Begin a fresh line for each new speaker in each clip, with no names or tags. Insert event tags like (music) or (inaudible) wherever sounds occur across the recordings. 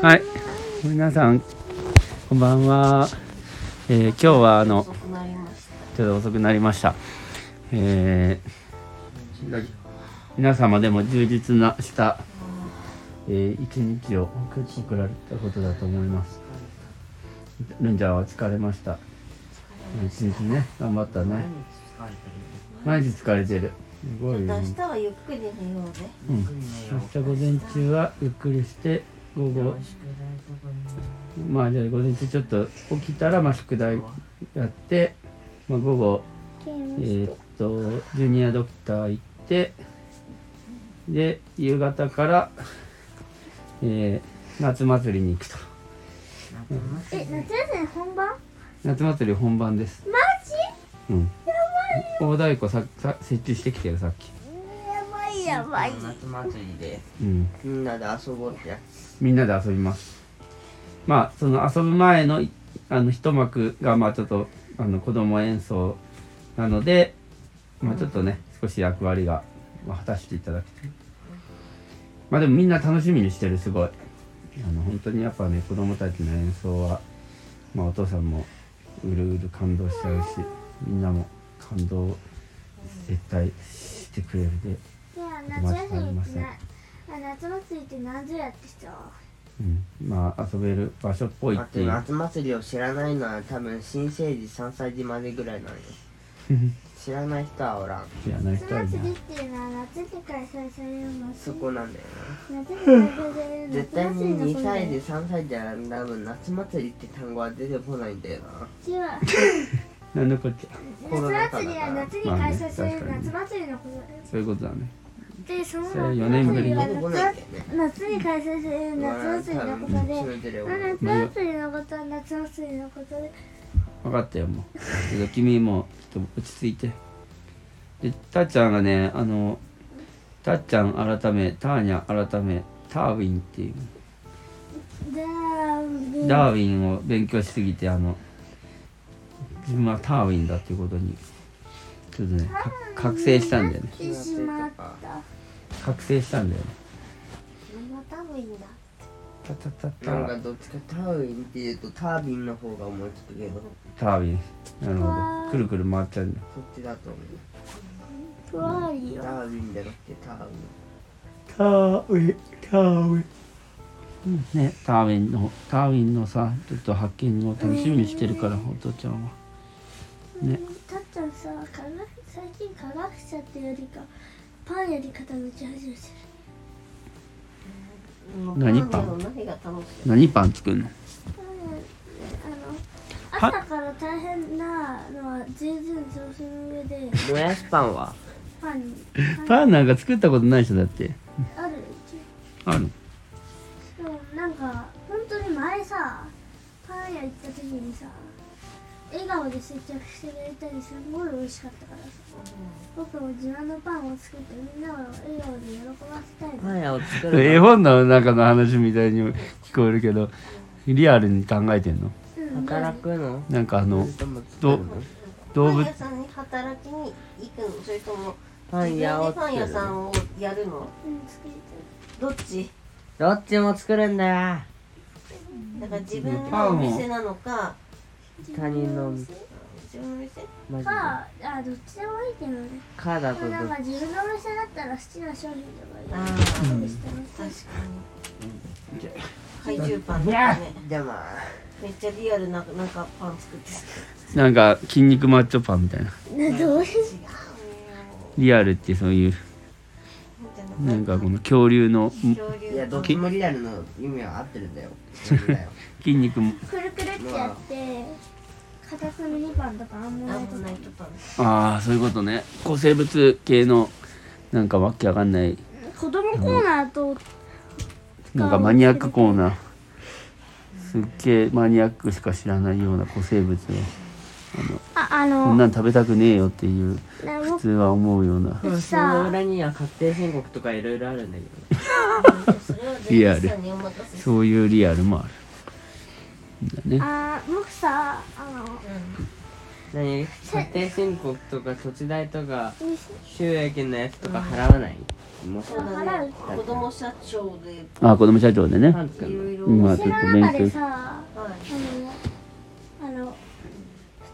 はい。皆さん、こんばんは。えー今日はあの
遅、くなりまし
ちょっと遅くなりました。えー皆様でも充実なした、えー一日を送送られたことだと思います。ルンジャーは疲れました。一日ね、頑張ったね。毎日疲れてる。すごい
た。
よ、ね
明。日はゆっくり寝ようね。
うん、明日午前中はゆっくりして午後まあじゃあ午前中ちょっと起きたらまあ宿題やって、まあ、午後えーっとジュニアドクター行ってで夕方から、えー夏祭りに行くと
え、夏休み本番
夏祭り本番です
マ
う
ジ
ん大太鼓ささ設置してきてよさっき
やばいやばい。
夏祭りで
うん
みんなで遊ぼうってやつ
みんなで遊びますまあその遊ぶ前のいあの一幕がまあちょっとあの子供演奏なのでまあちょっとね少し役割がまあ果たしていただきたいまあでもみんな楽しみにしてるすごいあの本当にやっぱね子供たちの演奏はまあお父さんもうるうる感動しちゃうしみんなも感動絶対してくれるで
いや、夏休みってな、あ夏祭りって何ぞやってた
うん、まあ遊べる場所っぽい
だ
っ
ってて
いう
夏祭りを知らないのは多分新生児3歳児までぐらいなんよ知らない人はおらん
知らない人はい
夏
ない
祭りっていうのは夏に開催されるの
そこなんだよな
夏に開催される
絶
夏
対
祭り
に
の
2歳児3歳児は多分夏祭りって単語は出てこないんだよな
ちは
なんのこっちゃ
夏祭りは夏に開催される夏祭りのことだよ
そういうことだね
で、その夏
それは
祭
4年ぶり
り
に
は
出てこないんだよね
夏夏に開催される夏祭りのことで
多分うちのテレビ
まあ夏
まあ
祭りのことは夏祭りのことで
分かったよもうちょっと君もちょっと落ち着いてでたっちゃんがねあのたっちゃん改めターニャ改めターウィンっていう
ダービン
ダーウィンを勉強しすぎてあの自分はターウィンだっていうことにちょっとねか覚醒したんだよね
ってしまった
覚醒したんだよね
またもいいんだ
タタタタ
なんかどっちかターウィンっていうとタービンの方が思いつくけど
ターウィンなるほどくるくる回っちゃうんだ
そっちだと思う
ふわり
タ
よ
ービンじゃなくてターウィン
ターウィンターウィンね、ターウィンのターウィンのさちょっと発見を楽しみにしてるからお父ちゃんはね
たっちゃんさ科学最近科学者ってよりかパンより肩の打ち始めて
もう
何
彼女の何が楽しい
何パン作るの
るパンあの朝から大変なのは十分調子の上で
もやしパンは
パンに
パンなんか作ったことない人だって
ある
ある
でもなんか本当に前さパン屋行った時にさ笑顔で接客してくれたりすごい美味しかったからさ僕も自慢のパンを作ってみんなを笑顔で喜ばせたい
パン屋を作る
絵本の中の話みたいに聞こえるけどリアルに考えてんの
うん
働くの
なんかあの
それとも作るの
動
パン
物
屋さんに働きに行くのそれとも
パン屋を
自分でパ
作る
ン屋さんをやるの
うん作りたい
どっち
どっちも作るんだよ
だから自分のお店なのか
他人の
自分の店
マジで
かあどっちでもいいけどね
カーだ
で
と
も
ど
なんか自分のお店だったら好きな商品とか
あ
い
あ
ろいろして
確
ます
かに怪獣パンとかね
でも
めっちゃリアルななんかパン作って
なんか筋肉マッチョパンみたいな
などうし
違うね
リアルってそういうなんかこの恐竜の
恐竜
いやどっちもリアルの意味は合ってる (laughs) んだよそうだよ
筋肉も
(laughs) くるくるってやって片隅にパンとかあんま
ナ
ないと
ンプ
か
ナイトパン
ああそういうことね古生物系のなんかわけわかんない
子供コーナーと
なんかマニアックコーナーすっげえマニアックしか知らないような古生物を
ああ
こ
の
んなん食べたくねえよっていう
な
普
僕
通は思うような
その裏には確定申告とかいろいろあるんだけどね
それは
リアル
税理士さんにお任せ
そういうリアルもあるんだね
あ僕さあ
何確定申告とか土地代とか
の
収益のやつとか払わないも
そうだね子供社長で
あ子供社長でね
パン作
いろ
る
いろ、
うんまあ
店の中でさ
はい
あのあの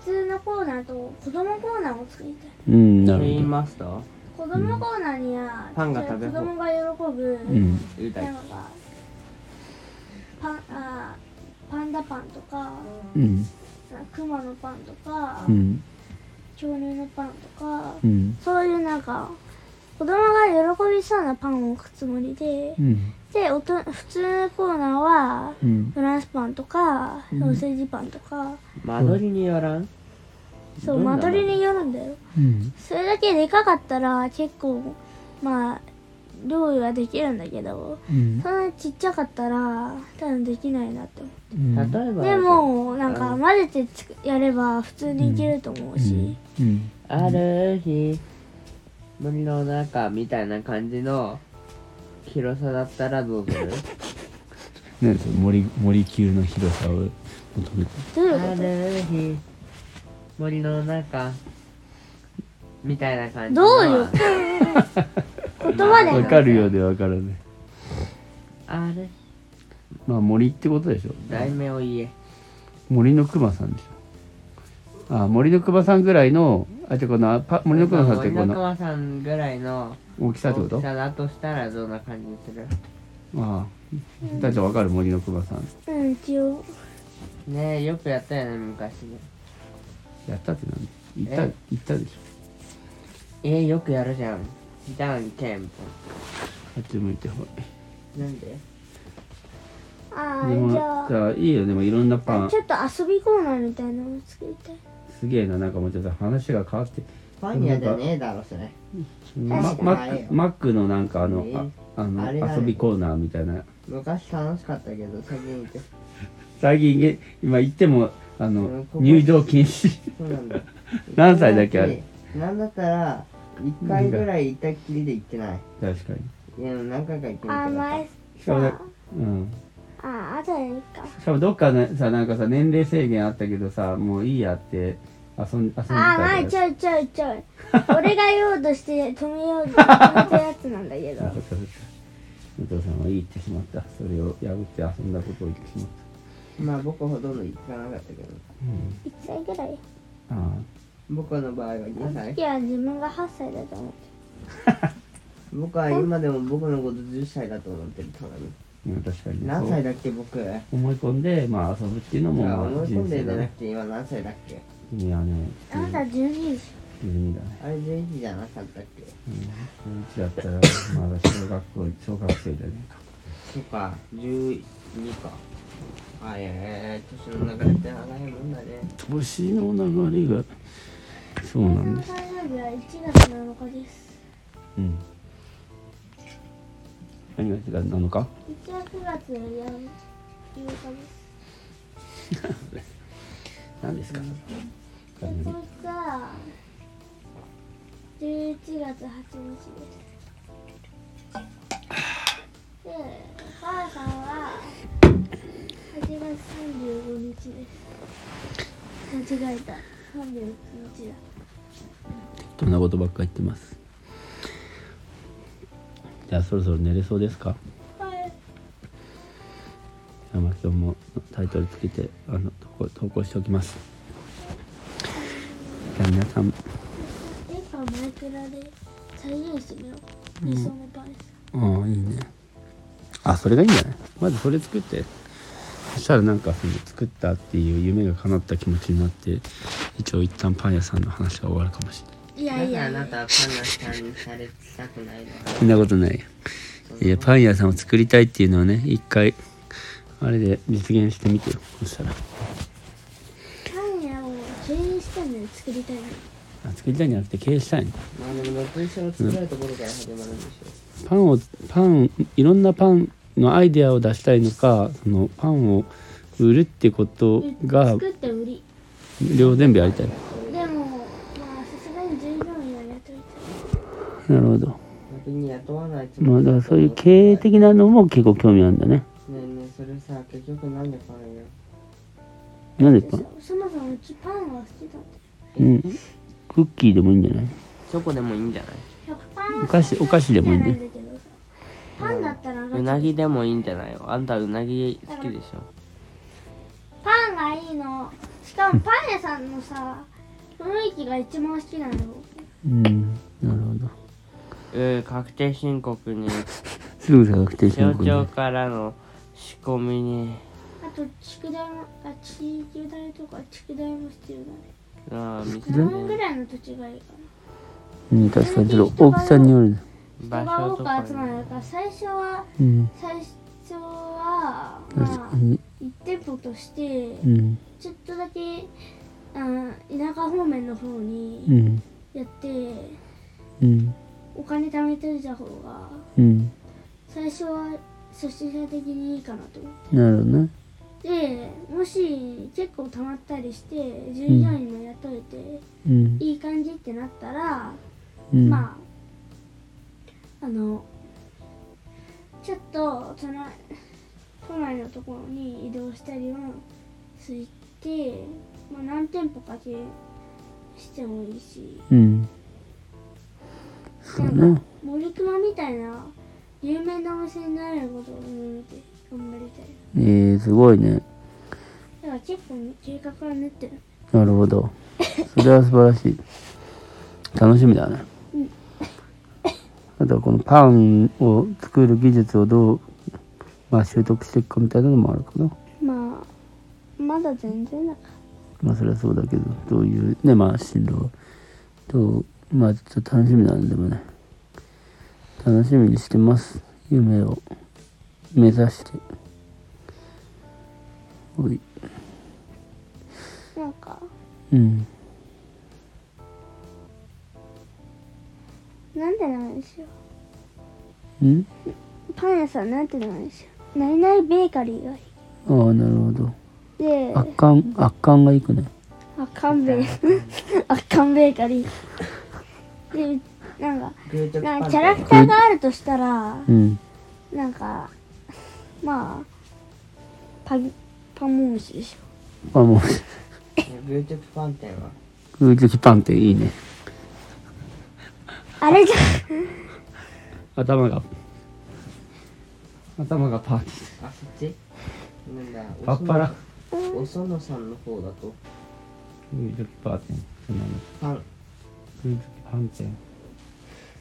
普通のコーナーと子供コーナーを作りたい
うんな
の
る
言い
ほ
ました
子供コーナーには、
パンが食べ
子
放
供が喜ぶ、
どうん
言うた
ないんかパンあーパンダパンとか
うん
クマのパンとか、
うん
恐竜のパンとか、
うん
そういうなんか子供が喜びそうなパンを置くつもりで、
うん
でおと普通のコーナーは
うん
フランスパンとかソ
うん
ーセージパンとか、
間取りによらん
そう
どんな
間
の
取りによるんだよ
うん
それだけでかかったら結構まあ料理はできるんだけど
うん
そんなちっちゃかったら多分できないなって思う
うん
例えば
でもなん
う
か
ん
混ぜてつくやれば普通にいけると思うし、
うん
ある日森の中みたいな感じの広さだったらどうする
ねその森森級の広さを求めて
どういう
あ
こ
る日森の中みたいな
と
感じ
どういうこと言葉で
わ
な
かるようでわからない
ある
まあ森ってことでしょ
題名を言え
森の熊さんでしょあ森の熊さんぐらいのあじゃあこのパ森の熊さんって
森
こ
の
の
熊さんぐらいの
大きさ
大
ってこと
き
あ
さだとしたらどんな感じにする
あ大ちゃんわかる森の熊さん
うん一応
ねえよくやったよね昔
やったってなんで言った
え
言ったでしょ
えよくやるじゃんじゃんけんぽ
あっち向いてほい
んなんで
あ
で
あ
も
じゃあ
じゃあいいよでもいろんなパン
ちょっと遊びコーナーみたいなのを作りたい
すげえななんかもうちょっと話が変わって
パン屋じゃねえだろそれ
ママ
確かに
ックマックのなんかあの、
ね
ああ
あれだ
の
ね
遊びコーナーみたいな
昔楽しかったけど先に行って
最近げ今行ってもあ
うん
の
ここ
入場禁
(laughs)
止
そうなんだ
(laughs) 何歳だっけあれ
なんだったら1回ぐらい行ったっきりで行ってない
確かに
いや何回か行っ
あー
てない
前
しかもね
さ
うん
あーあとでいいか
しかもどっかねさなんかさ年齢制限あったけどさもういいやって遊ん遊んでた
あー
から
前ちょいちょい
(laughs)
ちょい俺が言おうとして止めようとしたやつなんだけど
あそっかそっか武藤さんはいいってしまったそれを破って遊んだことを言ってしまっ
まあ僕ほとんど行かなかったけど
1歳ぐらい
た、うん、あ
僕の場合は2歳
いや自分が8歳だと思って
僕は今でも僕のこと10歳だと思ってるたまに
あうん確かにね
何
そ
歳
う
だっけ僕じゃ
思い込んでまあ遊ぶっていうのも
あ
ま
思
あ
い込
人
んで
生
んじ
だ
ゃな
ね
くて今何歳だっけ
君はね
あなた12でし
12だね
あれ11じゃなかったっけ
うん11だったらまだ小学校小学生だね
そっか12かあいやいやいや年の流れって長いもんだね
年の流れがそう
ょ
なんで
の
す
誕生日は1月7日です
うん何が違うなのか
1月9月の8日です
何ですか
でこいつは11月8日ですでお母さんは8月35日です間違えた35日だ
そんなことばっか言ってますじゃあそろそろ寝れそうですか
はい
じゃあまあ今日もタイトルつけてあの投稿投稿しておきますじゃあ皆さん
エパマイクラで再現してみよう理想のパンです
ああいいねあそれがいいんじゃないまずそれ作ってそしたらなんかその作ったっていう夢が叶った気持ちになって一応一旦パン屋さんの話は終わるかもしれない
いや
だ
い
から
や
あ
い
な
や
たはパンナさんにされたくないの
そんなことないよいやパン屋さんを作りたいっていうのをね一回あれで実現してみてよそしたら
パン屋を経営したんで作りたいの
あ作りたいんじゃなくて経営したいの
まあでも独立を作るところから始まるんでし
パンをパンいろんなパンのアイデアを出したいのかそのパンを売るってことが
作って売り
両方全部やりたい
でもまあさすがに従業員は雇い
なるほど
ょ逆に雇わないつ
まあ
も
だか
り
ら
だと
そうい
思
う経営
ね
的なのも結構興味あるんだね
えねえそれさ結局なんでパン
な
屋
んで
た
か
いそもそもうちパンは好きだった
うんクッキーでもいいんじゃない
チョコでもいいんじゃない
100パン
お菓子お菓子でもいいね
じゃないんだけど
うなぎでもいいんじゃないあんたうなぎ好きでしょ
パンがいいのしかもパン屋さんのさ雰囲気が一番好きなの
うんなるほど
うん確定申告に
すぐ確定申
省
告
庁
ね
からの仕込みに
あと宿題もあ地域代とか宿題も必要だね
ああ見せ
何ぐ
ね
らいの土地がいいか
うん確かにちょっと大きさによるね
場
な人が
所
多
と
く
か
集ま
ね
るから最初は
うん
最初は
確か
まあ
に
1店舗として
うん
ちょっとだけあ田舎方面の方
う
に
ん
やって
うん
お金貯めておいた方が
うん
最初は初心者的にいいかなと思って
なるほどね
でもし結構溜まったりして従業員も雇えて、
うん
いい感じってなったら、
うん
まああのちょっとその都内のところに移動したりもして、まあ、何店舗か経営してもいいし
うんそう
なん
ね
か森熊みたいな有名なお店になれることを夢見て頑張りたい
えー、すごいね
だから結構計画は練ってる
なるほど。それは素晴らしい。楽しみだね。あとはこのパンを作る技術をどう、まあ、習得していくかみたいなのもあるかな。
まあまだ全然だから
まあそれはそうだけど、どういうね、まあ進路をどう、まあちょっと楽しみなんでもね。楽しみにしてます。夢を目指して。おい、
なんか
うん。
なんでなんでしょうんパン屋さんなんてなんでしょう何々ベーカリーがいい
ああ、なるほど。
で
圧巻、圧巻がいくね。
あかん
(laughs)
べーあかんベーカリーでなんか
グーチョキ
なん
パ
か
ン
キャ
ダ
ラクターがあるとしたら
うん。
なんかまあパパモンシでし
あ、もう。
グーチョキパン店は
空気パンっていいね
ょあれじゃ
頭が頭がパーティ
あそっちなんだ
ーパッパラ
おそのさんの方だと
空気パーティーそんなの
パン
空気パン店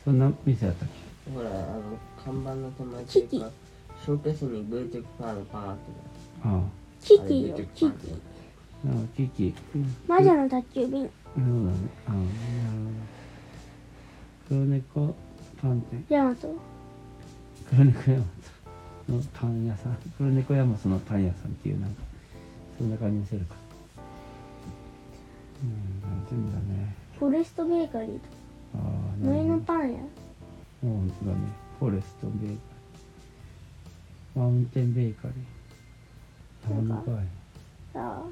そんな店だったっ
ほらあの看板の友達がショーケースにグーチョキパンのパンあってね
けあ
キ
あれ
キ
グー
よ
チョ
キ
キ
キ
パン店
あなんかキキ
魔女の宅急便
そうだねああなるほど黒猫パン店
ヤマト
黒猫山そのパン屋さん黒猫山そのパン屋さんっていうなんかそんな感じにするかうん楽しみだね
フォレストベーカリーと
ああなる
森
ほど
のパン屋
そう本当だね。フォレストベーカリー。マウンテンベーカリー。山のパン。
さあ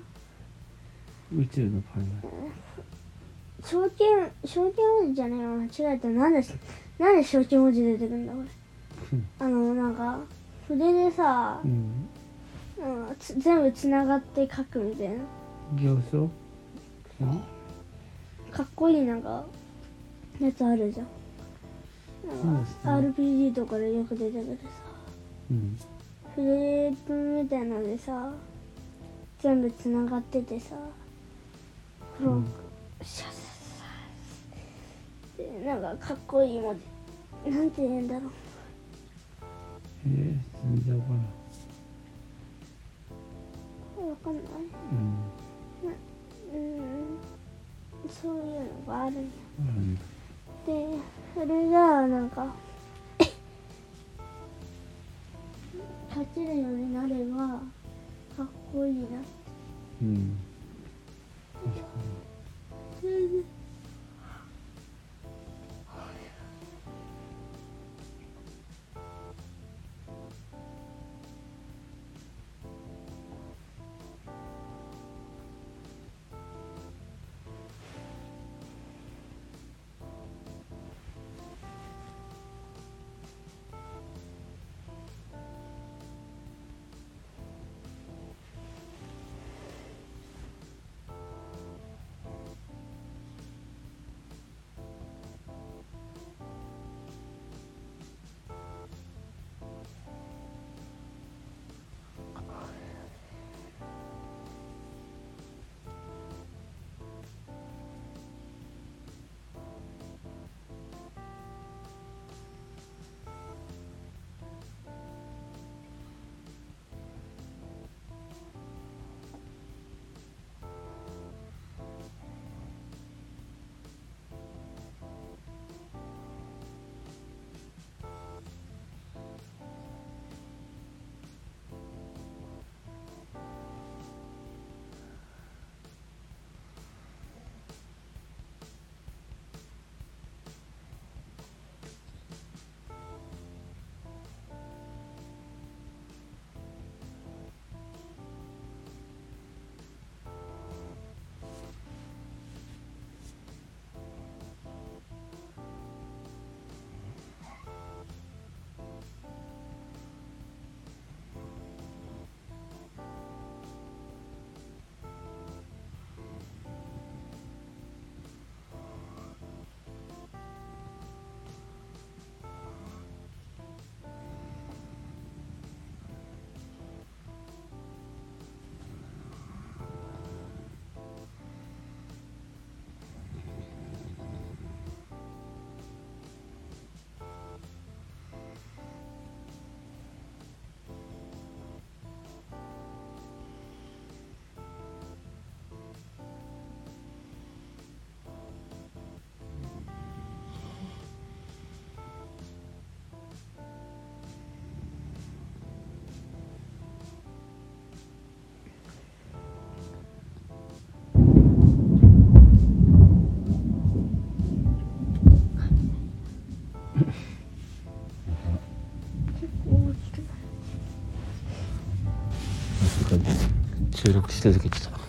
宇宙のパン屋。
証券証券文字じゃないわ間違えたなんでなんで証券文字出てくるんだこれ
うん
あのなんか筆でさ
う、ん。
うん、つ全部つながって書くみたいな
行書あ
かっこいいなんかやつあるじゃんなんか
そうで
RPG とかでよく出てくる
うん。
さ筆みたいなのでさ全部つながっててさこうシャッシャッシャッでなんかかっこいい文字なんて言うんだろう
えー、全然わからん。
わかんない。
うん。
うーん。そういうのがあるんだ。
わかんない
で、それが、なんか、立ちるようになれば、かっこいいな。
うん。
それで
収録してる時言ってた